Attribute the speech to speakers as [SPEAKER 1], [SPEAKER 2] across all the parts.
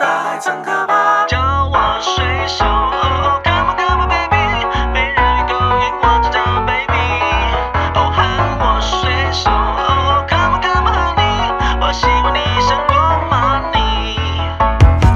[SPEAKER 1] 大张干嘛？叫我水手。哦哦，Come on Come on baby，没人勾引我知道 baby。哦，喊我水手。哦哦，Come on Come on honey，我希望你胜过 money。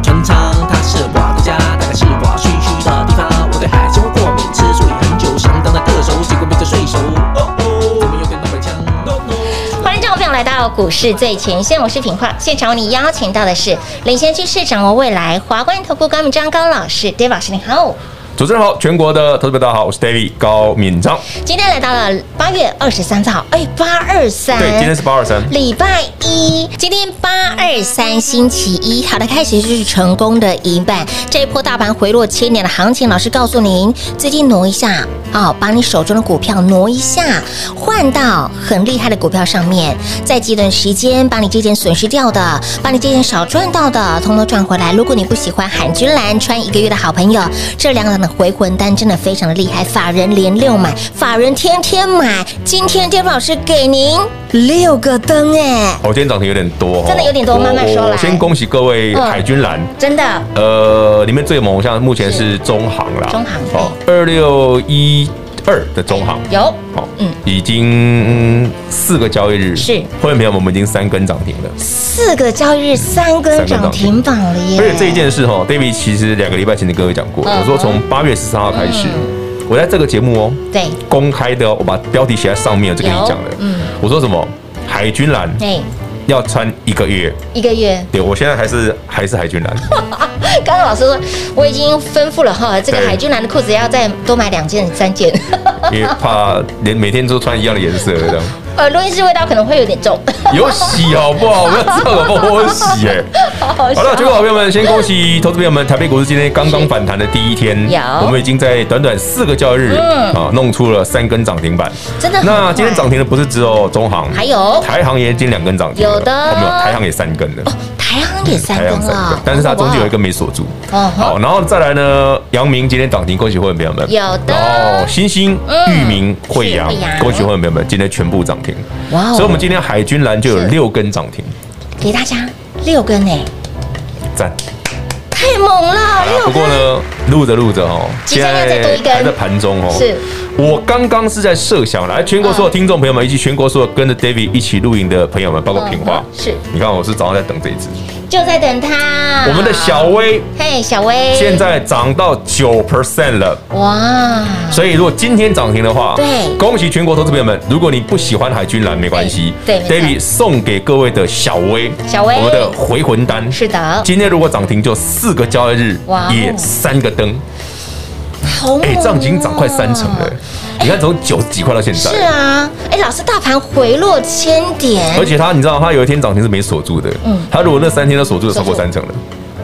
[SPEAKER 2] 常常它是我的家，大概是我需去的地方。我对海鲜过敏，吃素已很久，相当的特熟，结果变成睡熟。哦哦，怎么又变东北腔？No no。
[SPEAKER 3] 欢迎各位朋友来到股市最前线，我是品化。现场为你邀请到的是领先趋势、掌握未来华冠投顾高敏章高老师，David 老师，你好。
[SPEAKER 4] 主持人好，全国的投资者大家好，我是 David 高敏章。
[SPEAKER 3] 今天来到了八月二十三号，哎，八二三，
[SPEAKER 4] 对，今天是八二三，
[SPEAKER 3] 礼拜一，今天八二三星期一，好的开始就是成功的一半。这一波大盘回落千点的行情，老师告诉您，最近挪一下哦，把你手中的股票挪一下，换到很厉害的股票上面，在极短时间把你这件损失掉的，把你这件少赚到的，通通赚回来。如果你不喜欢韩军蓝穿一个月的好朋友，这两档的回魂丹真的非常的厉害，法人连六买，法人天天买，今天 d a 老师给您六个灯哎。
[SPEAKER 4] 我、今天涨停有点多哦，
[SPEAKER 3] 真的有点多
[SPEAKER 4] 我
[SPEAKER 3] 慢慢说
[SPEAKER 4] 我
[SPEAKER 3] 来
[SPEAKER 4] 我先恭喜各位
[SPEAKER 3] 嗯
[SPEAKER 4] 海军蓝。
[SPEAKER 3] 真的
[SPEAKER 4] 呃，里面最猛像目前是中航啦，
[SPEAKER 3] 中航
[SPEAKER 4] 哦，二六一二的中航，
[SPEAKER 3] 有，
[SPEAKER 4] 好，
[SPEAKER 3] 嗯
[SPEAKER 4] 嗯，已经嗯四个交易日
[SPEAKER 3] 是
[SPEAKER 4] 会员朋友们，我们已经三根涨停了。
[SPEAKER 3] 四个交易日三根涨停板了耶！
[SPEAKER 4] 而且这一件事哈，David 哦其实两个礼拜前的各位讲过，
[SPEAKER 3] 嗯
[SPEAKER 4] 我说从八月十三号开始，我在这个节目哦，
[SPEAKER 3] 对
[SPEAKER 4] 公开的哦，我把标题写在上面，这个你讲的
[SPEAKER 3] 有，嗯
[SPEAKER 4] 我说什么海军蓝
[SPEAKER 3] 哎，
[SPEAKER 4] 要穿一个月，
[SPEAKER 3] 一个月，
[SPEAKER 4] 对我现在还是还是海军蓝，
[SPEAKER 3] 刚刚老师说我已经吩咐了哈，这个
[SPEAKER 4] 对
[SPEAKER 3] 海军蓝的裤子要再多买两件、三件。
[SPEAKER 4] 因为怕连每天都穿一样的颜色这样。
[SPEAKER 3] 呃，录音室味道可能会有点重，
[SPEAKER 4] 有洗好不好？不要这样好不好？我有洗哎、
[SPEAKER 3] 好好笑
[SPEAKER 4] 好。了，全国好朋友们，先恭喜投资朋友们，台北股市今天刚刚反弹的第一天
[SPEAKER 3] 有，
[SPEAKER 4] 我们已经在短短四个交易日
[SPEAKER 3] 嗯
[SPEAKER 4] 啊，弄出了三根涨停板。
[SPEAKER 3] 真的很
[SPEAKER 4] 那
[SPEAKER 3] 快
[SPEAKER 4] 今天涨停的不是只有中航，
[SPEAKER 3] 还有
[SPEAKER 4] 台航也今天两根涨停了，
[SPEAKER 3] 有的
[SPEAKER 4] 哦没有台航也三根了。
[SPEAKER 3] 台行也三
[SPEAKER 4] 台
[SPEAKER 3] 根
[SPEAKER 4] 航三
[SPEAKER 3] 了
[SPEAKER 4] 根，，但是它中间有一个没锁住。
[SPEAKER 3] 哇，
[SPEAKER 4] 好，
[SPEAKER 3] 哦，
[SPEAKER 4] 然后再来呢，阳明今天涨停，恭喜会员朋友们。
[SPEAKER 3] 有的
[SPEAKER 4] 然后星星、
[SPEAKER 3] 嗯
[SPEAKER 4] 域名、惠阳
[SPEAKER 3] 是惠阳，
[SPEAKER 4] 恭喜会员朋友们，今天全部涨停。
[SPEAKER 3] 哇哦
[SPEAKER 4] 所以我们今天海军蓝就有
[SPEAKER 3] 是
[SPEAKER 4] 六根涨停，
[SPEAKER 3] 给大家六根哎，
[SPEAKER 4] 赞。
[SPEAKER 3] 太猛了，
[SPEAKER 4] 啊
[SPEAKER 3] 六
[SPEAKER 4] 不过
[SPEAKER 3] 根
[SPEAKER 4] 呢，录着录着哦，
[SPEAKER 3] 即将要再多一根
[SPEAKER 4] 还在盘中哦。
[SPEAKER 3] 是，嗯
[SPEAKER 4] 我刚刚是在设想来，全国所有听众朋友们，以及全国所有跟着 David 一起录影的朋友们，包括平花
[SPEAKER 3] 嗯，是啊
[SPEAKER 4] 你看我是早上在等这一只，
[SPEAKER 3] 就在等他。
[SPEAKER 4] 我们的小，薇
[SPEAKER 3] 嘿，小薇，
[SPEAKER 4] 现在涨到九 percent 了，
[SPEAKER 3] 哇，
[SPEAKER 4] 所以如果今天涨停的话，
[SPEAKER 3] 对
[SPEAKER 4] 恭喜全国投资朋友们。如果你不喜欢海军蓝没关系，
[SPEAKER 3] 哎对对没错
[SPEAKER 4] ，David 送给各位的小薇，
[SPEAKER 3] 小薇
[SPEAKER 4] 我们的回魂丹
[SPEAKER 3] 是的
[SPEAKER 4] 今天如果涨停就四个交易日
[SPEAKER 3] 哇哦，哦
[SPEAKER 4] 也三个灯。
[SPEAKER 3] 好猛哦！
[SPEAKER 4] 哎、这样已经涨快三成了、你看从九十几块到现在，
[SPEAKER 3] 哎是啊，哎，老师，大盘回落千点
[SPEAKER 4] 而，且它你知道它有一天涨停是没锁住的，
[SPEAKER 3] 嗯
[SPEAKER 4] 它如果那三天都锁住，超过三成了。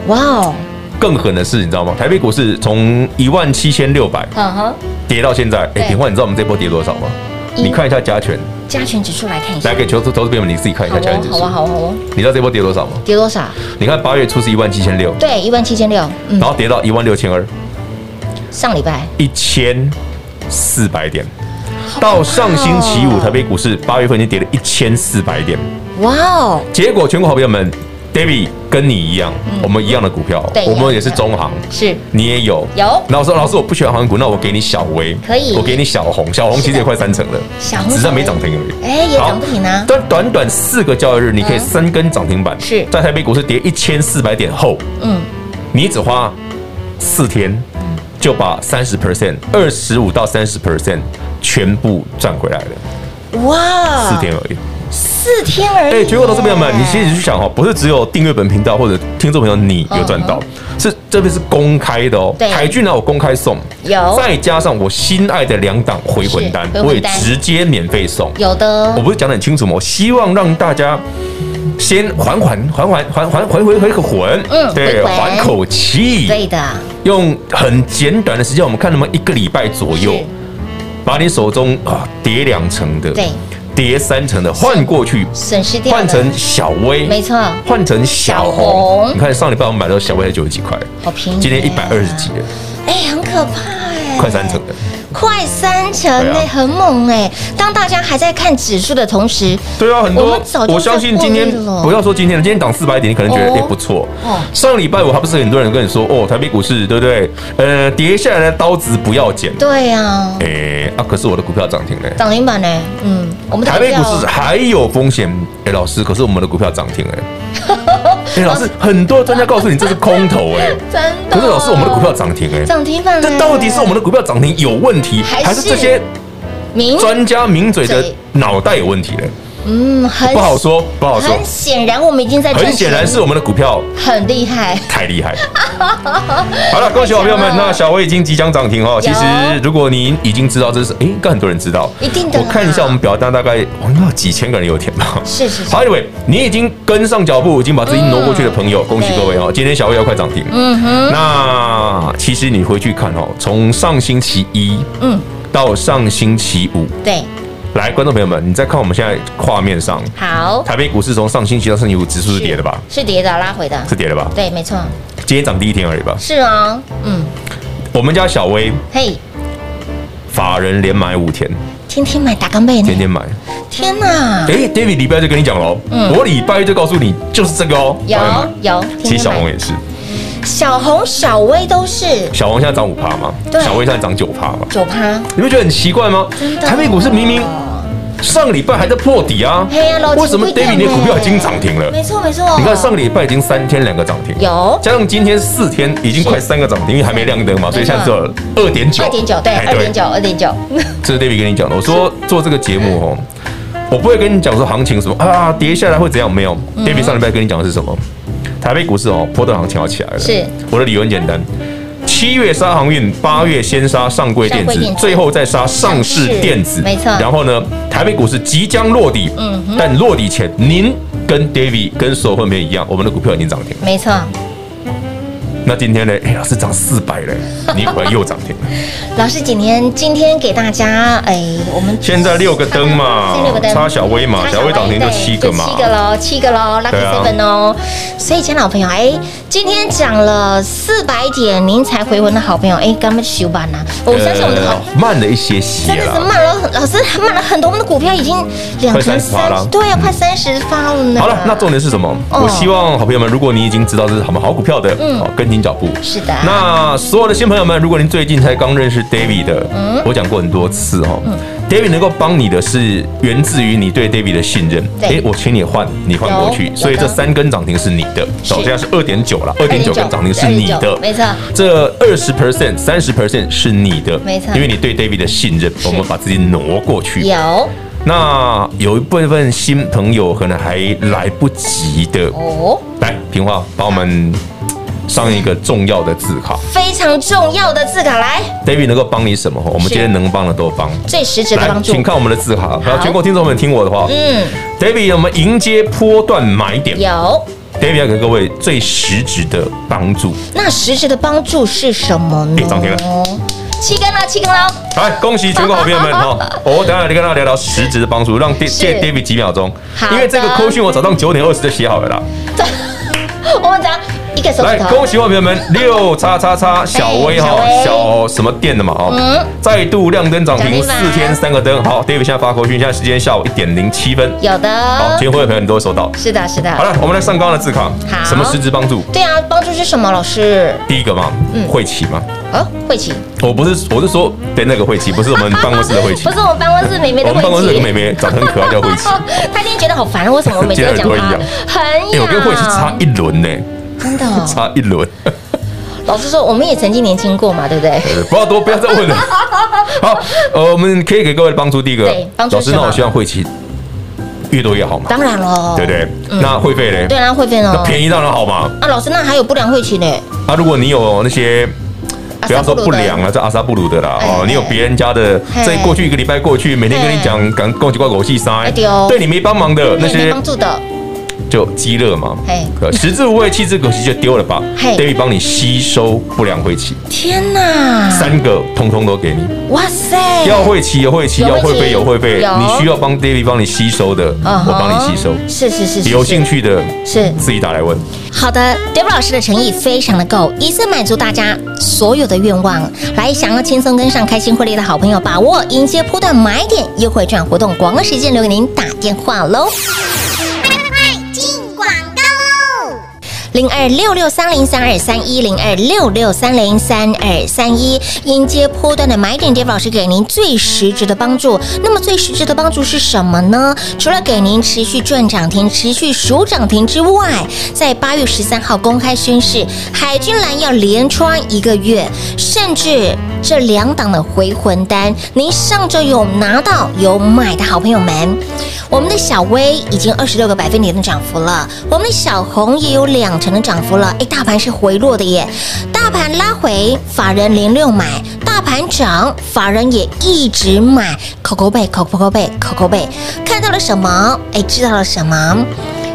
[SPEAKER 3] 哇哦，
[SPEAKER 4] 更狠的是，你知道吗？台北股市从一万七千六百
[SPEAKER 3] 嗯哼，
[SPEAKER 4] 跌到现在，哎、
[SPEAKER 3] 对
[SPEAKER 4] 平话你知道我们这波跌多少吗？
[SPEAKER 3] 一
[SPEAKER 4] 你看一下加权，
[SPEAKER 3] 加权指数来看一下
[SPEAKER 4] 来，给投资投资朋友们，你自己看一
[SPEAKER 3] 好
[SPEAKER 4] 下加权
[SPEAKER 3] 哦
[SPEAKER 4] 指，
[SPEAKER 3] 好
[SPEAKER 4] 数
[SPEAKER 3] 啊，。好啊，好啊，
[SPEAKER 4] 你知道这波跌多少吗？
[SPEAKER 3] 跌多少？
[SPEAKER 4] 你看八月初是一万七千六，
[SPEAKER 3] 对，一万七千六，嗯
[SPEAKER 4] 然，后跌到一万六千二，嗯
[SPEAKER 3] 上礼拜
[SPEAKER 4] 一千四百点。
[SPEAKER 3] 哦
[SPEAKER 4] 到上星期五，台北股市八月份已经跌了一千四百点。
[SPEAKER 3] 哇哦，
[SPEAKER 4] 结果全国好朋友们，David 跟你一样，我们一样的股票
[SPEAKER 3] 嗯对，
[SPEAKER 4] 我
[SPEAKER 3] 一样
[SPEAKER 4] 们也是中行，
[SPEAKER 3] 是
[SPEAKER 4] 你也有
[SPEAKER 3] 有
[SPEAKER 4] 然后我说老师我不喜欢航股，那我给你小微，
[SPEAKER 3] 可以
[SPEAKER 4] 我给你小红，小红其实也快三成了，
[SPEAKER 3] 小红
[SPEAKER 4] 只是它没涨停而已。
[SPEAKER 3] 哎，也
[SPEAKER 4] 好
[SPEAKER 3] 涨不停啊，
[SPEAKER 4] 但短短四个交易日，你可以三根涨停板，
[SPEAKER 3] 是
[SPEAKER 4] 在台北股市跌一千四百点后，
[SPEAKER 3] 嗯，
[SPEAKER 4] 你只花四天就把三十 percent、二十五到三十 percent 全部赚回来了，
[SPEAKER 3] 哇，
[SPEAKER 4] 四天而已。
[SPEAKER 3] 啊四天而已，
[SPEAKER 4] 哎，全国投资朋友们，你其实去想哦，不是只有订阅本频道或者听众朋友你有赚到，是这边是公开的哦
[SPEAKER 3] 嗯对。
[SPEAKER 4] 海俊呢，我公开送，
[SPEAKER 3] 有
[SPEAKER 4] 再加上我心爱的两档回魂丹
[SPEAKER 3] 是回，
[SPEAKER 4] 我也
[SPEAKER 3] 魂丹
[SPEAKER 4] 直接免费送。
[SPEAKER 3] 有的
[SPEAKER 4] 我，不是讲得很清楚吗？我希望让大家。先缓缓缓缓缓缓回回回口魂，
[SPEAKER 3] 嗯
[SPEAKER 4] 对，
[SPEAKER 3] 回魂
[SPEAKER 4] 缓口气，
[SPEAKER 3] 对的，
[SPEAKER 4] 用很简短的时间，我们看那么一个礼拜左右
[SPEAKER 3] 是，
[SPEAKER 4] 把你手中啊跌两成的，
[SPEAKER 3] 对，
[SPEAKER 4] 跌三成的换过去，
[SPEAKER 3] 损失掉了
[SPEAKER 4] 换成小微，
[SPEAKER 3] 没错
[SPEAKER 4] 换成
[SPEAKER 3] 小
[SPEAKER 4] 小红。
[SPEAKER 3] 红
[SPEAKER 4] 你看上礼拜我们买到小微才九十几块，
[SPEAKER 3] 好便宜啊
[SPEAKER 4] 今天一百二十几了，
[SPEAKER 3] 哎、很可怕哎、
[SPEAKER 4] 快三成了。
[SPEAKER 3] 快三成哎、
[SPEAKER 4] 对啊
[SPEAKER 3] 很猛哎、当大家还在看指数的同时，
[SPEAKER 4] 对啊，很
[SPEAKER 3] 我
[SPEAKER 4] 多
[SPEAKER 3] 们早就
[SPEAKER 4] 我相信
[SPEAKER 3] 在获
[SPEAKER 4] 今
[SPEAKER 3] 利
[SPEAKER 4] 天
[SPEAKER 3] 了
[SPEAKER 4] 不要说今天了，今天涨四百点，你可能觉得
[SPEAKER 3] 哦
[SPEAKER 4] 也不错
[SPEAKER 3] 哦。
[SPEAKER 4] 上礼拜五还不是很多人跟你说哦，台北股市对不对？呃，跌下来的刀子不要捡。
[SPEAKER 3] 对啊，
[SPEAKER 4] 哎啊，可是我的股票涨停嘞。
[SPEAKER 3] 涨停板呢、嗯，我们的
[SPEAKER 4] 台北
[SPEAKER 3] 股
[SPEAKER 4] 股
[SPEAKER 3] 票
[SPEAKER 4] 市还有风险，哎、老师，可是我们的股票涨停 哎、哎、老师，很多专家告诉你这是空头 哎、
[SPEAKER 3] 真的，
[SPEAKER 4] 可是老师，我们的股票涨停哎、
[SPEAKER 3] 涨停板呢、
[SPEAKER 4] 这到底是我们的股票涨停有问题，
[SPEAKER 3] 啊还是嗯
[SPEAKER 4] 还是这些
[SPEAKER 3] 明
[SPEAKER 4] 专家名嘴的
[SPEAKER 3] 嘴
[SPEAKER 4] 脑袋有问题呢？
[SPEAKER 3] 嗯，很
[SPEAKER 4] 不好说，不好说
[SPEAKER 3] 很。显然我们已经在赚
[SPEAKER 4] 很
[SPEAKER 3] 钱
[SPEAKER 4] 显然是我们的股票
[SPEAKER 3] 很厉害，
[SPEAKER 4] 太厉害。好了， 恭喜好朋友们
[SPEAKER 3] 太，强了
[SPEAKER 4] 那小薇已经即将涨停哦。其实
[SPEAKER 3] 哦有
[SPEAKER 4] 如果您已经知道这是，诶，应该很多人知道。
[SPEAKER 3] 一定的啦
[SPEAKER 4] 我看一下我们表单，大概我应该有几千个人有填吧。
[SPEAKER 3] 是是是
[SPEAKER 4] 好，，Anyway，你已经跟上脚步，已经把资金挪过去的朋友，恭喜各位哦！今天小薇要快涨停。
[SPEAKER 3] 嗯哼，
[SPEAKER 4] 那其实你回去看哦，从上星期一
[SPEAKER 3] 嗯，
[SPEAKER 4] 到上星期五，
[SPEAKER 3] 对，
[SPEAKER 4] 来，观众朋友们，你再看我们现在画面上，
[SPEAKER 3] 好，
[SPEAKER 4] 台北股市从上星期到上星期五指数是跌的吧？
[SPEAKER 3] 是跌的，拉回的，
[SPEAKER 4] 是跌的吧？
[SPEAKER 3] 对，没错，
[SPEAKER 4] 今天涨第一天而已吧。
[SPEAKER 3] 是哦，嗯，
[SPEAKER 4] 我们家小薇
[SPEAKER 3] 嘿，
[SPEAKER 4] 法人连买五天，
[SPEAKER 3] 天天买打钢背
[SPEAKER 4] 天
[SPEAKER 3] 呢，
[SPEAKER 4] 天买。
[SPEAKER 3] 天哪，
[SPEAKER 4] 哎，David 礼拜就跟你讲喽，我礼拜就告诉你就是这个哦。
[SPEAKER 3] 嗯有
[SPEAKER 4] 赶快买
[SPEAKER 3] 有，天
[SPEAKER 4] 其实
[SPEAKER 3] 天
[SPEAKER 4] 小
[SPEAKER 3] 买
[SPEAKER 4] 红也是，
[SPEAKER 3] 小红、小薇都是
[SPEAKER 4] 小红现在涨五趴嘛，
[SPEAKER 3] 对
[SPEAKER 4] 小薇现在涨九趴嘛，
[SPEAKER 3] 九趴，
[SPEAKER 4] 你们觉得很奇怪吗？
[SPEAKER 3] 哦
[SPEAKER 4] 台北股市明明上礼拜还在破底啊
[SPEAKER 3] 嘿呀，老，
[SPEAKER 4] 为什么
[SPEAKER 3] 金龟
[SPEAKER 4] David 你
[SPEAKER 3] 蛋
[SPEAKER 4] 的股票
[SPEAKER 3] 呢
[SPEAKER 4] 已经涨停了？
[SPEAKER 3] 没错没错，
[SPEAKER 4] 你看上个礼拜已经三天两个涨停，
[SPEAKER 3] 有
[SPEAKER 4] 加上今天四天已经快三个涨停，因为还没亮灯嘛，所以现在只有二点九，
[SPEAKER 3] 嗯二点九，对，
[SPEAKER 4] 哎
[SPEAKER 3] 二点九，，二点九，
[SPEAKER 4] 这是 David 跟你讲的。我说做这个节目哦，我不会跟你讲说行情什么啊，跌下来会怎样，没有。David
[SPEAKER 3] 嗯
[SPEAKER 4] 上礼拜跟你讲的是什么？台北股市哦，波段行情要起来了。
[SPEAKER 3] 是，
[SPEAKER 4] 我的理由很简单。七月杀航运，八月先杀上柜电
[SPEAKER 3] 上柜
[SPEAKER 4] 子
[SPEAKER 3] 电，子
[SPEAKER 4] 最后再杀上市电子，
[SPEAKER 3] 没错
[SPEAKER 4] 然后呢，台北股市即将落底，
[SPEAKER 3] 嗯哼
[SPEAKER 4] 但落底前，您跟 David 跟所有会员一样，我们的股票已经涨停了。
[SPEAKER 3] 没错，
[SPEAKER 4] 那今天呢？哎、老师涨四百嘞，你股票又涨停了。
[SPEAKER 3] 老师今天今天给大家，哎，我们
[SPEAKER 4] 现在六个灯嘛
[SPEAKER 3] 现在六个灯，
[SPEAKER 4] 差小微嘛
[SPEAKER 3] 差
[SPEAKER 4] 小微涨停就
[SPEAKER 3] 对
[SPEAKER 4] 七个嘛
[SPEAKER 3] 就七个喽，七个喽，lucky
[SPEAKER 4] 对啊
[SPEAKER 3] seven 哦。所以，亲爱的老朋友，哎，今天涨了四百点，您才回魂的好朋友，哎，刚刚休班呐，我相信我们的好。
[SPEAKER 4] 呃慢了一些些
[SPEAKER 3] 真的是
[SPEAKER 4] 啦。
[SPEAKER 3] 慢了，老师慢了很多，我们的股票已经两成
[SPEAKER 4] 快30发了
[SPEAKER 3] 三，对啊，快三十发了呢。
[SPEAKER 4] 好了，那重点是什么？
[SPEAKER 3] 哦
[SPEAKER 4] 我希望好朋友们，如果你已经知道这是好好股票的，
[SPEAKER 3] 嗯
[SPEAKER 4] 好跟紧脚步。
[SPEAKER 3] 是的
[SPEAKER 4] 那所有的新朋友们，如果您最近才刚认识 David 的，
[SPEAKER 3] 嗯
[SPEAKER 4] 我讲过很多次哦。David 能够帮你的是源自于你对 David 的信任。
[SPEAKER 3] 对
[SPEAKER 4] 诶我请你换，你换过
[SPEAKER 3] 有
[SPEAKER 4] 去
[SPEAKER 3] 有，
[SPEAKER 4] 所以这
[SPEAKER 3] 的
[SPEAKER 4] 三根涨停是你的。
[SPEAKER 3] 是
[SPEAKER 4] 首先是二点九了，二点九
[SPEAKER 3] 2.9
[SPEAKER 4] 根涨停是你的
[SPEAKER 3] 2.9，没错
[SPEAKER 4] 这二十 percent、三十 percent 是你的，
[SPEAKER 3] 没错
[SPEAKER 4] 因为你对 David 的信任，我们把自己挪过去。
[SPEAKER 3] 有
[SPEAKER 4] 那有一部分新朋友可能还来不及的，
[SPEAKER 3] 哦，
[SPEAKER 4] 来平话帮我们上一个重要的字卡
[SPEAKER 3] 非常重要的字卡来，
[SPEAKER 4] ，David 能够帮你什么？我们今天能帮的都帮。
[SPEAKER 3] 最实质的帮助
[SPEAKER 4] 请。看我们的字卡，然后全国听众们听我的话。
[SPEAKER 3] 嗯，
[SPEAKER 4] David，我们迎接波段买点
[SPEAKER 3] 有。
[SPEAKER 4] ，David 要给各位最实质的帮助。
[SPEAKER 3] 那实质的帮助是什么呢
[SPEAKER 4] 哎？涨停
[SPEAKER 3] 七根了，七根了。
[SPEAKER 4] 来，恭喜全国好朋 友们哈！哦我等一下就跟大家聊聊实质的帮助，让 Da-
[SPEAKER 3] 是
[SPEAKER 4] 借 David 几秒钟
[SPEAKER 3] 好，的
[SPEAKER 4] 因为这个扣讯我早上九点二十就写好了啦。
[SPEAKER 3] 哦我们涨一个手
[SPEAKER 4] 来
[SPEAKER 3] 指，头
[SPEAKER 4] 恭。喜我朋友们， 六叉叉叉小薇哈
[SPEAKER 3] 哎，小
[SPEAKER 4] 小什么店的嘛
[SPEAKER 3] 嗯
[SPEAKER 4] 哈，再度亮灯涨
[SPEAKER 3] 涨停
[SPEAKER 4] 停
[SPEAKER 3] 板
[SPEAKER 4] 四天三个灯，好，David 现在发扣讯，现在时间下午一点零七分，
[SPEAKER 3] 有
[SPEAKER 4] 好，今
[SPEAKER 3] 的。
[SPEAKER 4] 天会的朋友你都会收到。
[SPEAKER 3] 是的，是
[SPEAKER 4] 好
[SPEAKER 3] 的。
[SPEAKER 4] 了，我们来上刚刚的字卡
[SPEAKER 3] 好，
[SPEAKER 4] 什么实质帮助？
[SPEAKER 3] 对啊，帮助是什么？老师，
[SPEAKER 4] 第一个嘛，
[SPEAKER 3] 嗯
[SPEAKER 4] 晦气嘛，
[SPEAKER 3] 哦，慧琪，
[SPEAKER 4] 我不是我是说对那个晦气，不是我们办公室的晦气
[SPEAKER 3] 不，是我们办公室美眉
[SPEAKER 4] 我
[SPEAKER 3] 的
[SPEAKER 4] 们办公室有
[SPEAKER 3] 慧
[SPEAKER 4] 个
[SPEAKER 3] 琪。
[SPEAKER 4] 妹妹长得很可爱叫晦气，
[SPEAKER 3] 哦， 他今天觉得好烦，为什么我每次都讲
[SPEAKER 4] 今天
[SPEAKER 3] 他
[SPEAKER 4] 耳朵？
[SPEAKER 3] 很
[SPEAKER 4] 哎，
[SPEAKER 3] 痒，
[SPEAKER 4] 我跟晦气差一轮呢，
[SPEAKER 3] 真的哦。
[SPEAKER 4] 差一轮，
[SPEAKER 3] 老师说，我们也曾经年轻过嘛，对不对？
[SPEAKER 4] 不要多不要再 问了。好，呃，我们可以给各位的帮助，第一个
[SPEAKER 3] 对帮助
[SPEAKER 4] 老师，
[SPEAKER 3] 什么
[SPEAKER 4] 那我希望晦气越多越好嘛。
[SPEAKER 3] 当然喽，
[SPEAKER 4] 对不对？那会费嘞？
[SPEAKER 3] 对啊，会变
[SPEAKER 4] 那
[SPEAKER 3] 哦。
[SPEAKER 4] 便宜当然好嘛。
[SPEAKER 3] 啊，老师，那还有不良慧琪呢？
[SPEAKER 4] 啊，如果你有那些。
[SPEAKER 3] 阿萨布鲁的
[SPEAKER 4] 不要说不良啊了，这阿萨布鲁的啦
[SPEAKER 3] 哎
[SPEAKER 4] 哦，你有别人家的
[SPEAKER 3] 哎，
[SPEAKER 4] 在过去一个礼拜过去，每天跟你讲讲讲几挂狗屁塞
[SPEAKER 3] 哎对哦，
[SPEAKER 4] 呃对你没帮忙的那
[SPEAKER 3] 没
[SPEAKER 4] 些
[SPEAKER 3] 帮助的，
[SPEAKER 4] 就积热嘛
[SPEAKER 3] 嘿，
[SPEAKER 4] 呃食之无味，弃之可惜，就丢了吧
[SPEAKER 3] 嘿。
[SPEAKER 4] David 帮你吸收不良晦气，
[SPEAKER 3] 天哪，
[SPEAKER 4] 三个通通都给你，
[SPEAKER 3] 哇塞，
[SPEAKER 4] 要晦气有晦气，
[SPEAKER 3] 有
[SPEAKER 4] 要
[SPEAKER 3] 晦气
[SPEAKER 4] 会背有会背，
[SPEAKER 3] 有
[SPEAKER 4] 你需要帮 David 帮你吸收的，
[SPEAKER 3] 嗯
[SPEAKER 4] 我
[SPEAKER 3] 哼
[SPEAKER 4] 帮你吸收。
[SPEAKER 3] 是是是是，
[SPEAKER 4] 有
[SPEAKER 3] 是
[SPEAKER 4] 兴趣的
[SPEAKER 3] 是
[SPEAKER 4] 自己打来问。
[SPEAKER 3] 好的，Dave 老师的诚意非常的够，一次满足大家所有的愿望。来，想要轻松跟上开心获利的好朋友，把握迎接波段买点优惠券活动，广告时间留给您打电话喽。零二六六三零三二三一零二六六三零三二三一，迎接波段的买点，Dave 老师给您最实质的帮助。那么最实质的帮助是什么呢？除了给您持续赚涨停、持续数涨停之外，在八月十三号公开宣示，海军蓝要连穿一个月，甚至这两档的回魂单，您上周有拿到有买的好朋友们，我们的小薇已经二十六个百分点的涨幅了，我们的小红也有两成的涨幅了。哎，大盘是回落的耶，大盘拉回，法人连六买，大盘涨，法人也一直买，口口背，口口口背，口口背，看到了什么？哎，知道了什么？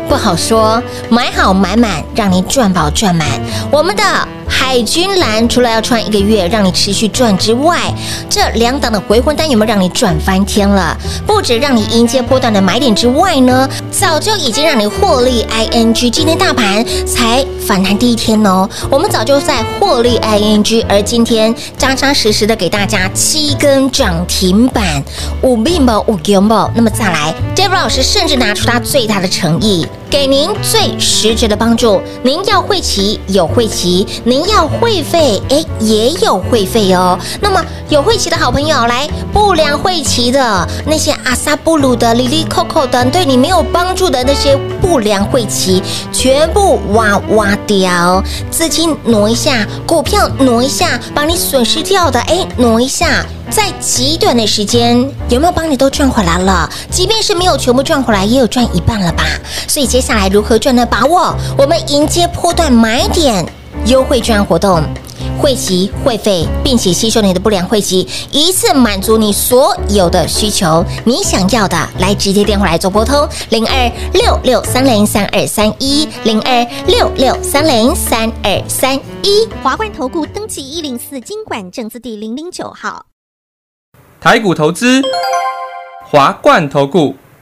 [SPEAKER 3] 不好说，买好买满，让您赚饱赚满。我们的海军蓝除了要穿一个月让你持续赚之外，这两档的回魂单有没有让你赚翻天了？不止让你迎接波段的买点之外呢，早就已经让你获利 ing。今天大盘才反弹第一天哦，我们早就在获利 ing，而今天扎扎实实的给大家七根涨停板，五命吧，五 g 吧。那么再来，Dave 老师甚至拿出他最大的诚意，给您最实质的帮助。您要会骑有会骑，您要会费哎也有会费哦。那么有会骑的好朋友来，不良会骑的那些阿萨布鲁的、里里扣扣的，对你没有帮助的那些不良会骑，全部挖挖掉，资金挪一下，股票挪一下，把你损失掉的哎挪一下。在极短的时间，有没有帮你都赚回来了？即便是没有全部赚回来，也有赚一半了吧？所以接下来如何赚呢？把握我们迎接波段买点优惠券活动。汇集会费，并且吸收你的不良汇集，一次满足你所有的需求。你想要的，来直接电话来做拨通零二六六三零三二三一零二六六三零三二三一。
[SPEAKER 5] 华冠投顾登记一零四经管证字第零零九号。
[SPEAKER 6] 台股投资，华冠投顾。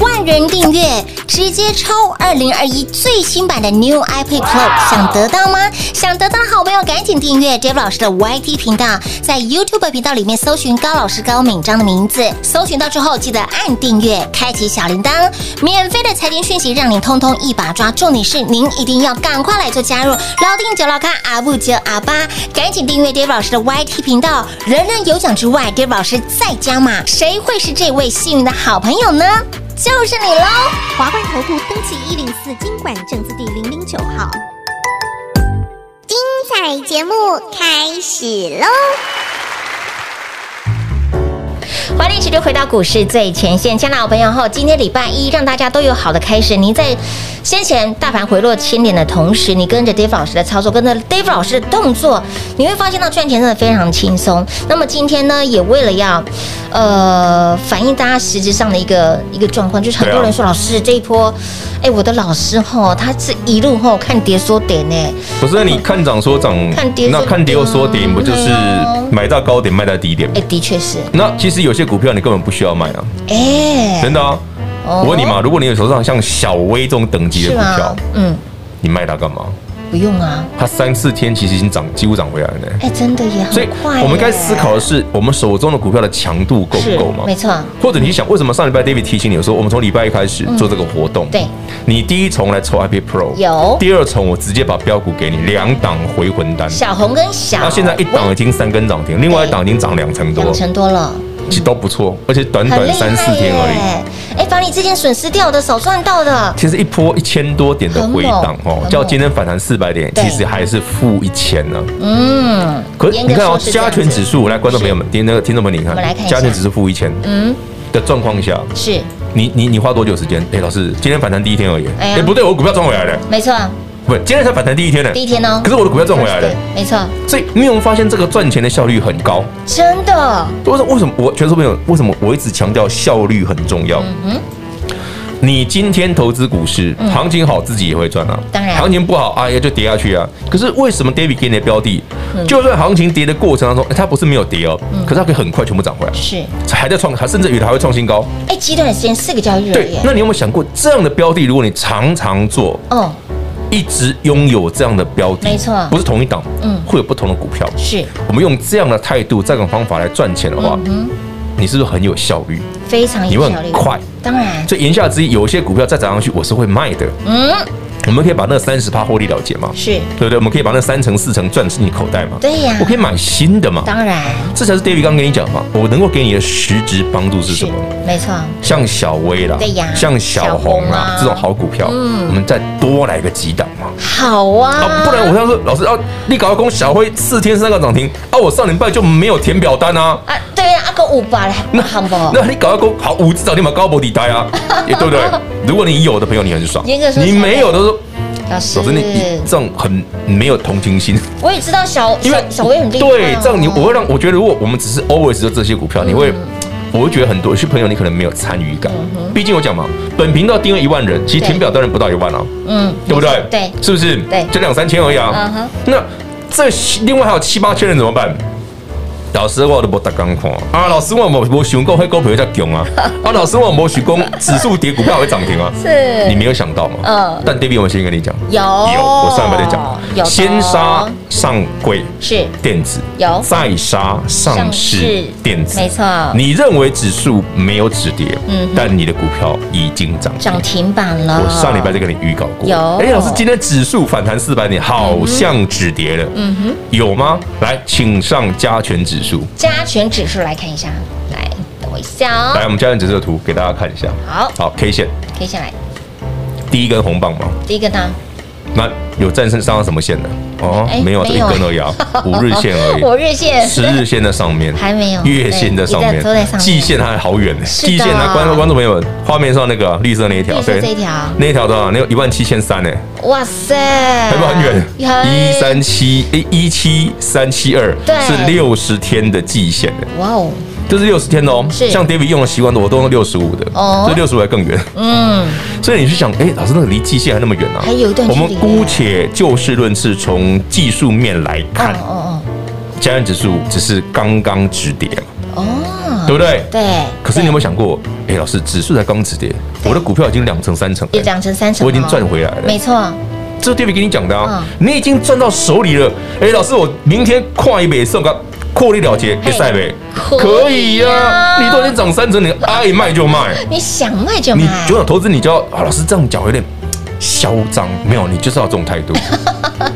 [SPEAKER 3] 万人订阅，直接抽二零二一最新版的 New iPad Pro，想得到吗？想得到的好朋友赶紧订阅 Dave 老师的 YT 频道，在 YouTube 频道里面搜寻高老师高敏章的名字，搜寻到之后记得按订阅，开启小铃铛，免费的财经讯息让你通通一把抓。重点是您一定要赶快来做加入，老定九老咖阿布九阿巴，赶紧订阅 Dave 老师的 YT 频道，人人有奖之外，Dave 老师再加码，谁会是这位幸运的好朋友呢？就是你喽！
[SPEAKER 5] 华冠投顾登记一零四经管证字第零零九号。精彩节目开始喽！
[SPEAKER 3] 欢迎持续回到股市最前线，亲爱的好朋友后，今天礼拜一让大家都有好的开始。您在先前大盘回落千点的同时，你跟着 Dave 老师的操作，跟着 Dave 老师的动作，你会发现到赚钱真的非常轻松。那么今天呢，也为了要呃反映大家实质上的一个一个状况，就是很多人说、老师这一波，哎，我的老师吼，他是一路吼看跌缩点呢，
[SPEAKER 4] 不是，那你看涨说涨
[SPEAKER 3] 看跌，
[SPEAKER 4] 那
[SPEAKER 3] 说
[SPEAKER 4] 看跌又说跌，
[SPEAKER 3] 跌
[SPEAKER 4] 不就是
[SPEAKER 3] 哎呦
[SPEAKER 4] 买到高点卖到低点？
[SPEAKER 3] 哎，的确是，
[SPEAKER 4] 那其实有些股票你根本不需要买啊，
[SPEAKER 3] 哎，
[SPEAKER 4] 真的啊。
[SPEAKER 3] 哦
[SPEAKER 4] 我问你嘛，如果你有手上像小微这种等级的
[SPEAKER 3] 是啊
[SPEAKER 4] 股
[SPEAKER 3] 吗
[SPEAKER 4] 票，？
[SPEAKER 3] 嗯，
[SPEAKER 4] 你卖它干嘛？
[SPEAKER 3] 不用啊，
[SPEAKER 4] 它三四天其实已经涨，几乎涨回来了呢。
[SPEAKER 3] 哎，真的也很
[SPEAKER 4] 所以
[SPEAKER 3] 快耶。
[SPEAKER 4] 我们该思考的是，我们手中的股票的强度够不够
[SPEAKER 3] 是
[SPEAKER 4] 嘛？
[SPEAKER 3] 没错，
[SPEAKER 4] 或者你想，为什么上礼拜 David 提醒你说，我们从礼拜一开始做这个活动？
[SPEAKER 3] 对，
[SPEAKER 4] 你第一重来抽 IP Pro，
[SPEAKER 3] 有
[SPEAKER 4] 第二重我直接把标股给你两档回魂单，
[SPEAKER 3] 小红跟小
[SPEAKER 4] 那现在一档已经三根涨停，另外一档已经涨两成多
[SPEAKER 3] 两，成多了，
[SPEAKER 4] 其实都不错，而且短
[SPEAKER 3] 很
[SPEAKER 4] 短
[SPEAKER 3] 厉害
[SPEAKER 4] 三四天而已。
[SPEAKER 3] 耶。哎，把你之前损失掉的少赚到的，
[SPEAKER 4] 其实一波一千多点的回档
[SPEAKER 3] 很猛
[SPEAKER 4] 哦
[SPEAKER 3] 很，
[SPEAKER 4] 叫
[SPEAKER 3] 猛
[SPEAKER 4] 今天反弹四百点，
[SPEAKER 3] 对
[SPEAKER 4] 其实还是负一千呢。
[SPEAKER 3] 嗯，
[SPEAKER 4] 可是
[SPEAKER 3] 严
[SPEAKER 4] 你
[SPEAKER 3] 格
[SPEAKER 4] 看
[SPEAKER 3] 说
[SPEAKER 4] 哦，
[SPEAKER 3] 是这
[SPEAKER 4] 加
[SPEAKER 3] 样
[SPEAKER 4] 权
[SPEAKER 3] 子，
[SPEAKER 4] 指数来，观众朋友们，听那个听众朋友们，
[SPEAKER 3] 我们来
[SPEAKER 4] 你
[SPEAKER 3] 看一
[SPEAKER 4] 看，
[SPEAKER 3] 下
[SPEAKER 4] 加权指数负一千
[SPEAKER 3] 嗯，
[SPEAKER 4] 的状况下，
[SPEAKER 3] 是
[SPEAKER 4] 你你你花多久时间？哎，老师，今天反弹第一天而已。
[SPEAKER 3] 哎呀
[SPEAKER 4] 哎，不对，我股票赚回来了。
[SPEAKER 3] 没错，
[SPEAKER 4] 不，今天才反弹第一天呢。
[SPEAKER 3] 第一天哦
[SPEAKER 4] 可是我的股票赚回来
[SPEAKER 3] 对
[SPEAKER 4] 了，，
[SPEAKER 3] 没错，
[SPEAKER 4] 所以你有没有发现这个赚钱的效率很高？
[SPEAKER 3] 真的，
[SPEAKER 4] 为什么？为什么我全说朋友？为什么我一直强调效率很重要？
[SPEAKER 3] 嗯
[SPEAKER 4] 你今天投资股市，行情好自己也会赚啊，
[SPEAKER 3] 当然
[SPEAKER 4] 行情不好，哎呀就跌下去啊。可是为什么 David 给你的标的，
[SPEAKER 3] 嗯
[SPEAKER 4] 就算行情跌的过程当中，哎它不是没有跌哦，可是它可以很快全部涨回来，
[SPEAKER 3] 是，
[SPEAKER 4] 还在创，还甚至有的还会创新高。
[SPEAKER 3] 哎，极短时间四个交易日而
[SPEAKER 4] 对
[SPEAKER 3] 已，耶，
[SPEAKER 4] 那你有没有想过，这样的标的，如果你常常做，
[SPEAKER 3] 哦，
[SPEAKER 4] 一直拥有这样的标的，
[SPEAKER 3] 没错
[SPEAKER 4] 不是同一档，
[SPEAKER 3] 嗯
[SPEAKER 4] 会有不同的股票。
[SPEAKER 3] 是
[SPEAKER 4] 我们用这样的态度、这种方法来赚钱的话，
[SPEAKER 3] 嗯
[SPEAKER 4] 你是不是很有效率？
[SPEAKER 3] 非常
[SPEAKER 4] 你
[SPEAKER 3] 有
[SPEAKER 4] 会
[SPEAKER 3] 效率，
[SPEAKER 4] 很快，
[SPEAKER 3] 当然，
[SPEAKER 4] 所以言下之意，有一些股票再涨上去，我是会卖的。
[SPEAKER 3] 嗯，
[SPEAKER 4] 我们可以把那三十趴获利了结嘛，
[SPEAKER 3] 是，
[SPEAKER 4] 对不对？我们可以把那三成、四成赚进你口袋嘛。
[SPEAKER 3] 对呀
[SPEAKER 4] 我可以买新的嘛。
[SPEAKER 3] 当然
[SPEAKER 4] 这才是 David 刚跟你讲嘛，我能够给你的实质帮助是什么？
[SPEAKER 3] 没错，
[SPEAKER 4] 像小薇啦，
[SPEAKER 3] 对呀
[SPEAKER 4] 像小
[SPEAKER 3] 小
[SPEAKER 4] 红
[SPEAKER 3] 红
[SPEAKER 4] 啦
[SPEAKER 3] 啊
[SPEAKER 4] 这种好股票，
[SPEAKER 3] 嗯
[SPEAKER 4] 我们再多来个几档嘛。
[SPEAKER 3] 好
[SPEAKER 4] 啊，
[SPEAKER 3] 啊，
[SPEAKER 4] 不然我这样说，老师啊，你搞到攻小辉四天三个涨停啊，我上礼拜就没有填表单啊。
[SPEAKER 3] 啊，对啊，阿哥五把了，那好不？
[SPEAKER 4] 那你搞到攻好五只涨停板高博底呆 啊，也对不对？如果你有的朋友你很爽
[SPEAKER 3] 严格，说
[SPEAKER 4] 你
[SPEAKER 3] 起来
[SPEAKER 4] 没有的时候，
[SPEAKER 3] 老师
[SPEAKER 4] 老师你你这样很没有同情心，
[SPEAKER 3] 我也知道小
[SPEAKER 4] 因为
[SPEAKER 3] 小小薇很厉害哦，
[SPEAKER 4] 对，这样你我会让我觉得，如果我们只是 always 就这些股票，你会。
[SPEAKER 3] 嗯
[SPEAKER 4] 我会觉得很多有些朋友你可能没有参与感，毕竟我讲嘛，本频道订阅一万人，其实
[SPEAKER 3] 对
[SPEAKER 4] 填表当然不到一万啊，
[SPEAKER 3] 嗯，
[SPEAKER 4] 对不对？
[SPEAKER 3] 对，
[SPEAKER 4] 是不是？
[SPEAKER 3] 对
[SPEAKER 4] 就两三千而已啊。
[SPEAKER 3] 嗯哼
[SPEAKER 4] 那这另外还有七八千人怎么办？老师，我都不大刚看啊！老师，我没没想过会股票叫 囧啊！啊，老师，我没想过指数跌股票会涨停啊！
[SPEAKER 3] 是
[SPEAKER 4] 你没有想到嘛？
[SPEAKER 3] 嗯
[SPEAKER 4] 但 David，我先跟你讲，
[SPEAKER 3] 有
[SPEAKER 4] 有，我上礼拜就讲了，
[SPEAKER 3] 有的哦
[SPEAKER 4] 先杀上柜
[SPEAKER 3] 是
[SPEAKER 4] 电子，
[SPEAKER 3] 有
[SPEAKER 4] 再杀上市电子，
[SPEAKER 3] 没错
[SPEAKER 4] 你认为指数没有止跌，
[SPEAKER 3] 嗯哼
[SPEAKER 4] 但你的股票已经涨停
[SPEAKER 3] 涨。停板了。
[SPEAKER 4] 我上礼拜就跟你预告过，
[SPEAKER 3] 啊有
[SPEAKER 4] 哎，老师，今天指数反弹四百点，好像止跌了，嗯哼，有吗？来，请上加权指数，
[SPEAKER 3] 加权指数来看一下，来等我一下
[SPEAKER 4] 来，
[SPEAKER 3] 哦，
[SPEAKER 4] 我们加权指数的图给大家看一下，
[SPEAKER 3] 好
[SPEAKER 4] 好 K 线
[SPEAKER 3] 可以下来。
[SPEAKER 4] 第一根红棒嘛，
[SPEAKER 3] 第一个呢，
[SPEAKER 4] 那有战胜上到什么线呢？哦
[SPEAKER 3] 哎，
[SPEAKER 4] 没有，这
[SPEAKER 3] 没
[SPEAKER 4] 一
[SPEAKER 3] 有
[SPEAKER 4] 根而 已啊，五日线而已，
[SPEAKER 3] 我哦日线
[SPEAKER 4] 十日线在上面，
[SPEAKER 3] 还没有
[SPEAKER 4] 月线在上
[SPEAKER 3] 对
[SPEAKER 4] 面
[SPEAKER 3] 一直都在上，面
[SPEAKER 4] 季线还好远呢。
[SPEAKER 3] 是的
[SPEAKER 4] 季线呢，观观众朋友们，画面上那个啊绿色那一条，
[SPEAKER 3] 绿色这一条
[SPEAKER 4] 那一条多少？那一万七千三呢，
[SPEAKER 3] 哇塞，
[SPEAKER 4] 还
[SPEAKER 3] 还
[SPEAKER 4] 不很远，一三七一一七三七二，
[SPEAKER 3] 呃对
[SPEAKER 4] 是六十天的季线的，
[SPEAKER 3] 哇哦，
[SPEAKER 4] 这是六十天的哦。
[SPEAKER 3] 是
[SPEAKER 4] 像 David 用的习惯的，我都用六十五的，
[SPEAKER 3] 哦
[SPEAKER 4] 这六十五还更远。
[SPEAKER 3] 嗯，
[SPEAKER 4] 所以你是想，哎、老师那个离季线还那么远啊？
[SPEAKER 3] 还有一段距
[SPEAKER 4] 我
[SPEAKER 3] 离
[SPEAKER 4] 们姑且就事论事，从技术面来看，
[SPEAKER 3] 哦
[SPEAKER 4] 加权指数只是刚刚止跌嘛，
[SPEAKER 3] 哦哦，
[SPEAKER 4] 对不对？
[SPEAKER 3] 对，
[SPEAKER 4] 可是你有没有想过，哎、老师，指数才刚止跌，我的股票已经两成三成了，
[SPEAKER 3] 有两成三成，哦
[SPEAKER 4] 我已经赚回来了
[SPEAKER 3] 没错，
[SPEAKER 4] 这是 David 给你讲的啊，
[SPEAKER 3] 嗯
[SPEAKER 4] 你已经赚到手里了。哎、老师，我明天跨一倍送个获利了结，可以赛呗？
[SPEAKER 3] 可以呀啊
[SPEAKER 4] 可以呀、你都已经涨三成，你 爱卖就卖，
[SPEAKER 3] 你想卖就卖
[SPEAKER 4] 你，就想投资，你就要啊，老师这样讲有点嚣张，没有，你就是要这种态 度。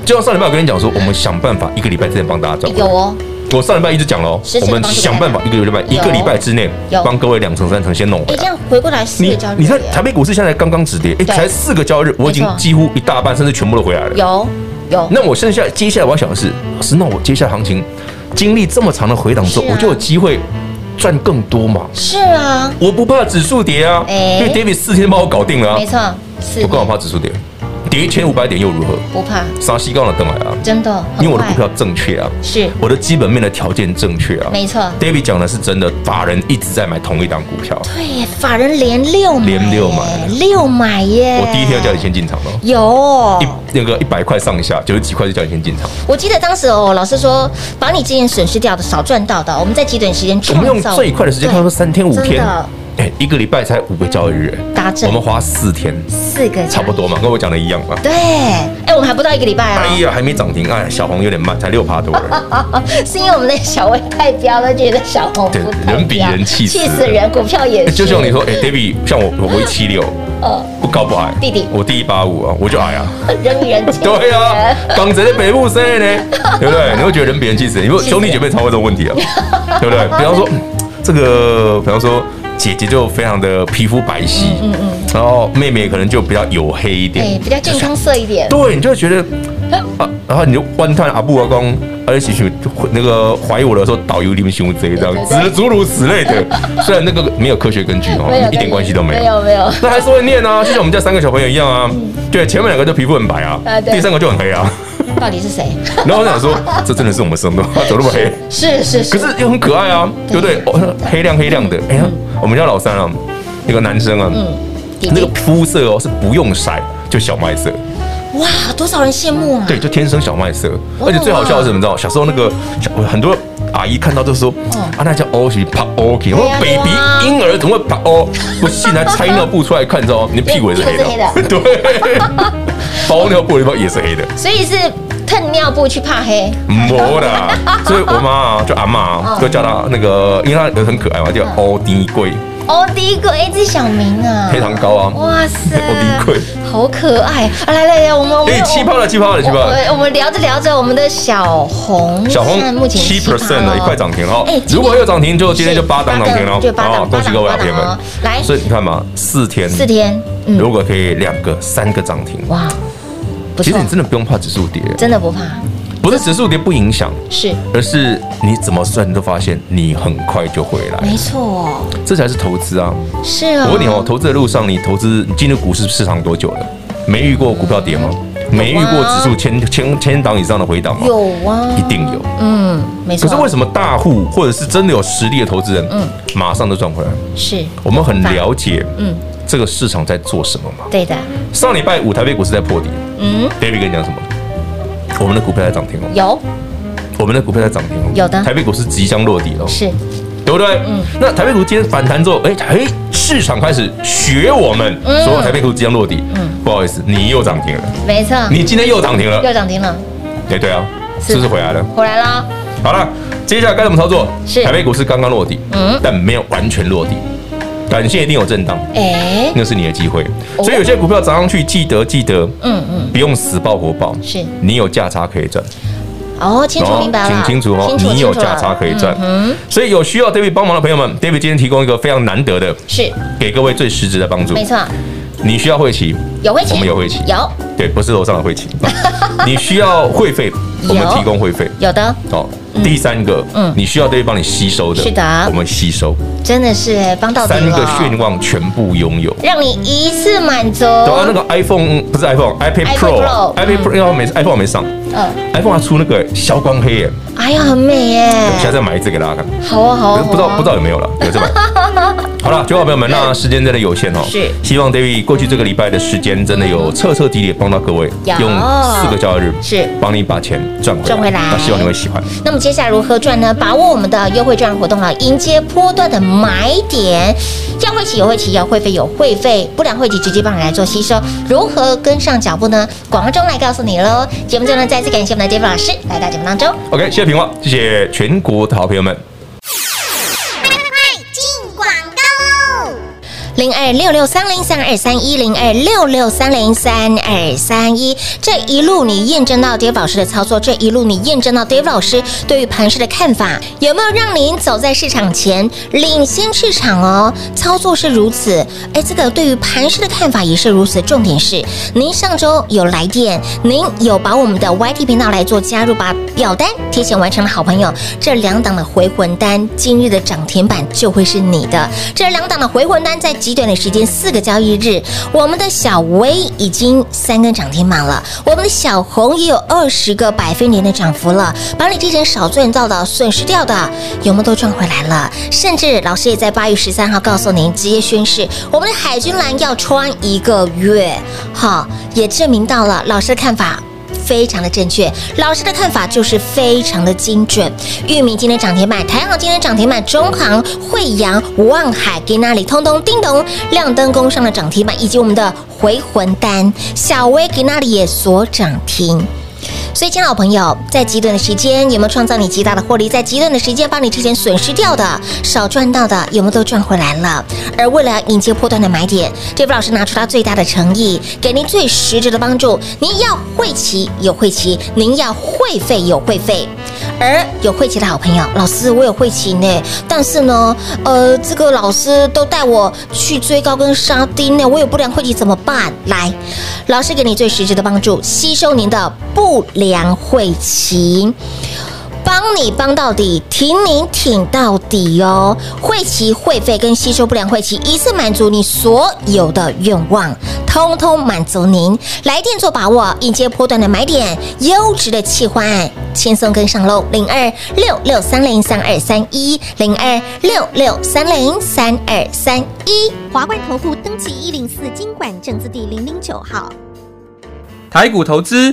[SPEAKER 4] 就像上礼拜我跟你讲说，我们想办法一个礼拜之内帮大家赚回
[SPEAKER 3] 有
[SPEAKER 4] 来。
[SPEAKER 3] 哦，
[SPEAKER 4] 我上礼拜一直讲了哦
[SPEAKER 3] 实，
[SPEAKER 4] 我
[SPEAKER 3] 质的帮
[SPEAKER 4] 们
[SPEAKER 3] 助
[SPEAKER 4] 想办法一个礼拜
[SPEAKER 3] 有
[SPEAKER 4] 一个礼拜之内
[SPEAKER 3] 有
[SPEAKER 4] 帮各位两成三成先弄回
[SPEAKER 3] 哎，这
[SPEAKER 4] 来。
[SPEAKER 3] 样回过来四个
[SPEAKER 4] 你
[SPEAKER 3] 交易日，啊
[SPEAKER 4] 你看台北股市现在刚刚止跌，哎，
[SPEAKER 3] 对
[SPEAKER 4] 才四个交易日，我已经
[SPEAKER 3] 没错
[SPEAKER 4] 几乎一大半甚至全部都回来了。
[SPEAKER 3] 有有，
[SPEAKER 4] 那我剩下接下来我要想的是，老师，那我接下来行情经历这么长的回档之后，
[SPEAKER 3] 是啊
[SPEAKER 4] 我就有机会赚更多嘛？
[SPEAKER 3] 是啊，
[SPEAKER 4] 我不怕指数跌啊，
[SPEAKER 3] 哎
[SPEAKER 4] 因为 David 四天帮我搞定了啊
[SPEAKER 3] 没，错，是
[SPEAKER 4] 我干嘛怕指数跌？跌一千五百点又如何？
[SPEAKER 3] 不怕，
[SPEAKER 4] 杀西高的等来啊，
[SPEAKER 3] 真的，很
[SPEAKER 4] 因为我的
[SPEAKER 3] 快
[SPEAKER 4] 股票正确啊，
[SPEAKER 3] 是
[SPEAKER 4] 我的基本面的条件正确啊，
[SPEAKER 3] 没错
[SPEAKER 4] David 讲的是真的，法人一直在买同一档股票，
[SPEAKER 3] 对耶，法人连六买耶，
[SPEAKER 4] 连六买
[SPEAKER 3] 六买耶！
[SPEAKER 4] 我第一天要叫你先进场了。
[SPEAKER 3] 啊有
[SPEAKER 4] 一，那个一百块上下，九十几块就叫你先进场。
[SPEAKER 3] 我记得当时哦，老师说把你之前损失掉的少赚到的，我们在极短时间
[SPEAKER 4] 我们
[SPEAKER 3] 创
[SPEAKER 4] 用
[SPEAKER 3] 造
[SPEAKER 4] 最快的时间，差不多三天五
[SPEAKER 3] 真
[SPEAKER 4] 天
[SPEAKER 3] 的。
[SPEAKER 4] 哎、哎，一个礼拜才五个交易日，
[SPEAKER 3] 达阵
[SPEAKER 4] 我们花四天，
[SPEAKER 3] 四个
[SPEAKER 4] 差不多嘛，跟我讲的一样嘛。
[SPEAKER 3] 对，哎，我们还不到一个礼拜
[SPEAKER 4] 哎
[SPEAKER 3] 哦，
[SPEAKER 4] 呀，还没涨停，哎，小红有点慢，才六趴多 而
[SPEAKER 3] 是因为我们的小薇太彪了，觉得小红不太
[SPEAKER 4] 对人比
[SPEAKER 3] 彪
[SPEAKER 4] 人气死
[SPEAKER 3] 气死人，股票也
[SPEAKER 4] 已。
[SPEAKER 3] 是，
[SPEAKER 4] 就像你说，哎，David，像我，我一七六，
[SPEAKER 3] 呃，
[SPEAKER 4] 不高不矮，
[SPEAKER 3] 弟弟
[SPEAKER 4] 我第一八五啊，我就矮 啊。
[SPEAKER 3] 人比人气，
[SPEAKER 4] 对啊， 港仔的北部生的呢，对不对？你会觉得人比人气死，你说兄弟姐妹才会有这种问题啊，对不 对？比方说嗯这个，比方说姐姐就非常的皮肤白皙，嗯嗯，然后妹妹可能就比较黝黑一
[SPEAKER 3] 哎
[SPEAKER 4] 点，，
[SPEAKER 3] 比较健康色一点，
[SPEAKER 4] 对，你就会觉得
[SPEAKER 3] 嗯
[SPEAKER 4] 啊，然后你就观叹阿布阿公。而且去那个怀疑我的时候，导游你们凶贼这样，
[SPEAKER 3] 对对
[SPEAKER 4] 子诸如此 类的。虽然那个没有科学根据哦
[SPEAKER 3] 没有，
[SPEAKER 4] 一点关系都没有
[SPEAKER 3] 没。有没有，
[SPEAKER 4] 那还是会念啊，就像我们家三个小朋友一样啊。对，前面两个就皮肤很白啊
[SPEAKER 3] 啊，对
[SPEAKER 4] 第三个就很黑 啊。
[SPEAKER 3] 到底是谁？
[SPEAKER 4] 然后我想说，这真的是我们生的， 他走那么黑，
[SPEAKER 3] 是是是
[SPEAKER 4] 可，是又很可爱啊，对不对？哦黑亮黑亮的。哎呀，我们家老三啊，有个男生啊，
[SPEAKER 3] 嗯弟弟
[SPEAKER 4] 那个，肤色哦是不用晒就小麦色，
[SPEAKER 3] 哇，多少人羡慕啊！
[SPEAKER 4] 对，就天生小麦色。
[SPEAKER 3] 哇
[SPEAKER 4] 而且最好笑的是，你知道，小时候那个小很多。阿姨看到就说：“啊，那叫 O 型怕 O 型，我说
[SPEAKER 3] 对
[SPEAKER 4] baby
[SPEAKER 3] 啊对啊
[SPEAKER 4] 婴儿怎么会怕 O？不信，还拆尿布出来看，你知道吗？你屁股也是黑
[SPEAKER 3] 哎屁股是黑
[SPEAKER 4] 的，对，包尿布的地方也是黑的。
[SPEAKER 3] 所以是蹭尿布去怕黑，
[SPEAKER 4] 没啦，所以我妈啊，就阿妈啊，
[SPEAKER 3] 嗯
[SPEAKER 4] 就叫她那个，因为她很可爱嘛，叫欧迪贵
[SPEAKER 3] 哦，第一个哎，这是小明啊，
[SPEAKER 4] 黑糖糕啊，
[SPEAKER 3] 哇塞，
[SPEAKER 4] 我理解
[SPEAKER 3] 好可爱！啊、来来来，我们我们
[SPEAKER 4] 哎，气泡了，气泡了，气
[SPEAKER 3] 我
[SPEAKER 4] 泡了，
[SPEAKER 3] 我我们聊着聊着，我们的小红
[SPEAKER 4] 小
[SPEAKER 3] 现在
[SPEAKER 4] 红
[SPEAKER 3] 目前
[SPEAKER 4] 七 percent 了，一块涨停哦
[SPEAKER 3] 哎今。天
[SPEAKER 4] 如果有涨停，就今天就是八档涨停
[SPEAKER 3] 八
[SPEAKER 4] 哦
[SPEAKER 3] 档对，八档
[SPEAKER 4] 哦恭喜
[SPEAKER 3] 八档
[SPEAKER 4] 各位
[SPEAKER 3] 八
[SPEAKER 4] 好
[SPEAKER 3] 档
[SPEAKER 4] 朋友们
[SPEAKER 3] 哦。来
[SPEAKER 4] 所以你看嘛，四天，
[SPEAKER 3] 四，天，嗯
[SPEAKER 4] 如果可以两个、三个涨停，
[SPEAKER 3] 哇，不
[SPEAKER 4] 其
[SPEAKER 3] 错
[SPEAKER 4] 实你，真的不用怕指数跌，
[SPEAKER 3] 真的不怕，
[SPEAKER 4] 不是指数跌不影响，
[SPEAKER 3] 是
[SPEAKER 4] 而是你怎么算，你都发现你很快就回来，
[SPEAKER 3] 没错哦，
[SPEAKER 4] 这才是投资啊。
[SPEAKER 3] 是哦。
[SPEAKER 4] 我问你哦，投资的路上，你投资你进入股市市场多久了？没遇过股票跌吗？
[SPEAKER 3] 啊
[SPEAKER 4] 没遇过指数千千千档以上的回档吗？
[SPEAKER 3] 有啊，
[SPEAKER 4] 一定有。
[SPEAKER 3] 嗯，没错。
[SPEAKER 4] 可是为什么大户或者是真的有实力的投资人，
[SPEAKER 3] 嗯
[SPEAKER 4] 马上就赚回来？
[SPEAKER 3] 是
[SPEAKER 4] 我们很了解，
[SPEAKER 3] 嗯
[SPEAKER 4] 这个市场在做什么嘛？
[SPEAKER 3] 对的，
[SPEAKER 4] 上礼拜五台北股市在破底
[SPEAKER 3] 嗯，
[SPEAKER 4] ，David 跟你讲什么？我们的股票在涨停哦，
[SPEAKER 3] 有
[SPEAKER 4] 我们的股票在涨停哦，
[SPEAKER 3] 有的
[SPEAKER 4] 台北股市即将落底哦，
[SPEAKER 3] 是嗯
[SPEAKER 4] 对不对？那台北股今天反弹之后，哎哎，市场开始学我们，
[SPEAKER 3] 嗯
[SPEAKER 4] 所有台北股即将落底。不好意思，你又涨停了，
[SPEAKER 3] 没错，
[SPEAKER 4] 你今天又涨停了。
[SPEAKER 3] 嗯又涨停了，
[SPEAKER 4] 哎，对啊，
[SPEAKER 3] 是
[SPEAKER 4] 是不是回来了？
[SPEAKER 3] 回来啦，
[SPEAKER 4] 好了，接下来该怎么操作？
[SPEAKER 3] 是嗯
[SPEAKER 4] 台北股市刚刚落底，但没有完全落底，短线一定有震荡，
[SPEAKER 3] 哎，
[SPEAKER 4] 那是你的机会。所以有些股票涨上去，记得记得，
[SPEAKER 3] 哦嗯嗯，
[SPEAKER 4] 不用死抱活抱，
[SPEAKER 3] 是
[SPEAKER 4] 你有价差可以赚。
[SPEAKER 3] 哦，清楚明白了，嗯
[SPEAKER 4] 请清楚哦，你有价差可以赚。所以有需要 David 帮忙的朋友们，David 今天提供一个非常难得的，
[SPEAKER 3] 是
[SPEAKER 4] 给各位最实质的帮助。
[SPEAKER 3] 没错，
[SPEAKER 4] 你需要会期，
[SPEAKER 3] 有会期，
[SPEAKER 4] 我们有会期
[SPEAKER 3] 有
[SPEAKER 4] 对，不是楼上的会期。 你需要会 费，我们
[SPEAKER 3] 有
[SPEAKER 4] 提供会费。
[SPEAKER 3] 有的，
[SPEAKER 4] 好，第三个，
[SPEAKER 3] 嗯
[SPEAKER 4] 你需要 David 帮你吸收的，
[SPEAKER 3] 是的
[SPEAKER 4] 我们吸收
[SPEAKER 3] 真的是哎帮到底
[SPEAKER 4] 三
[SPEAKER 3] 了，
[SPEAKER 4] 个愿望全部拥有。
[SPEAKER 3] 让你一次满足。
[SPEAKER 4] 对啊，那个 iPhone 不是 iPhone，iPad
[SPEAKER 3] iPad Pro，
[SPEAKER 4] Pro，iPad
[SPEAKER 3] 嗯
[SPEAKER 4] Pro 因为我没 iPhone 我没上
[SPEAKER 3] 嗯，
[SPEAKER 4] ，iPhone 它出那个消光黑耶，
[SPEAKER 3] 哎呀，很美耶，
[SPEAKER 4] 我下次再买一只给大家看。
[SPEAKER 3] 好啊好哦
[SPEAKER 4] 可
[SPEAKER 3] 啊，
[SPEAKER 4] 是不知道
[SPEAKER 3] 好啊
[SPEAKER 4] 不知道有没 有了，有这版。好了，九号朋友们，那时间真的有限哦，
[SPEAKER 3] 是
[SPEAKER 4] 希望 David 过去这个礼拜的时间真的有彻彻底底地帮到各位
[SPEAKER 3] 有，
[SPEAKER 4] 用四个交易日
[SPEAKER 3] 是
[SPEAKER 4] 帮你把钱赚回来，
[SPEAKER 3] 赚回来
[SPEAKER 4] 那希望你会喜欢。
[SPEAKER 3] 那么接下来如何赚呢？把握我们的优惠赚活动了，迎接波段的买点。要会起有会起，要会费有会费，不良会籍直接帮你来做吸收。如何跟上脚步呢？广告中来告诉你喽。节目最后呢，再次感谢我们的 David 老师来到节目当中。
[SPEAKER 4] OK，谢谢平话，谢谢全国的好朋友们。
[SPEAKER 3] 零二六六三零三二三一零二六六三零三二三一。这一路你验证到 Dave 老师的操作，这一路你验证到 Dave 老师对于盘势的看法，有没有让您走在市场前，领先市场哦？操作是如此，哎，这个对于盘势的看法也是如此。重点是，您上周有来电，您有把我们的 YT 频道来做加入，把表单提前完成的好朋友，这两档的回魂单，今日的涨停板就会是你的。这两档的回魂单在极短的时间，四个交易日，我们的小薇已经三根涨停板了，我们的小红也有二十个百分点的涨幅了，把你之前少赚到的、损失掉的，有没有都赚回来了？甚至老师也在八月十三号告诉您，直接宣誓，我们的海军蓝要穿一个月，好，也证明到了老师的看法。非常的正确，老师的看法就是非常的精准。玉米今天涨停板，台航今天涨停板，中航、惠阳、望海、给那里，通通叮咚亮灯工上的涨停板，以及我们的回魂丹，小薇给那里也所涨停。所以，亲爱的朋友，在极短的时间有没有创造你极大的获利？在极短的时间帮你之前损失掉的、少赚到的，有没有都赚回来了？而为了迎接波段的买点，这位老师拿出他最大的诚意，给您最实质的帮助。您要会骑有会骑，您要会费有会费。而有会骑的好朋友，老师我有会骑呢，但是呢，呃，这个老师都带我去追高跟沙丁呢，我有不良会骑怎么办？来，老师给你最实质的帮助，吸收您的不良会骑。帮你帮到底，挺你挺到底哦！会期会费跟吸收不良会期，一次满足你所有的愿望，通通满足您。来电做把握，迎接波段的买点，优质的企划案，轻松跟上喽！零二六六三零三二三一，零二六六三零三二三一。
[SPEAKER 5] 华冠投顾登记一零四经管证字第零零九号。
[SPEAKER 6] 台股投资，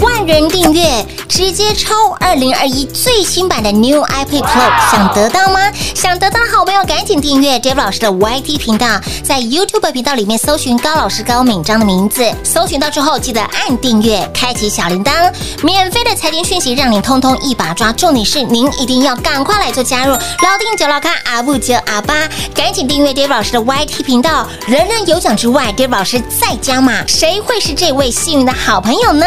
[SPEAKER 3] 万人订阅，直接抽二零二一最新版的 New iPad Pro，想得到吗？想得到的好朋友赶紧订阅 Dave 老师的 YT 频道，在 YouTube 频道里面搜寻高老师高敏章的名字，搜寻到之后记得按订阅，开启小铃铛，免费的财经讯息让你通通一把抓。重点是您一定要赶快来做加入，老定九老咖阿布九阿巴，赶紧订阅 Dave 老师的 YT 频道，人人有奖之外，Dave 老师再加码，谁会是这位幸运的好朋友呢？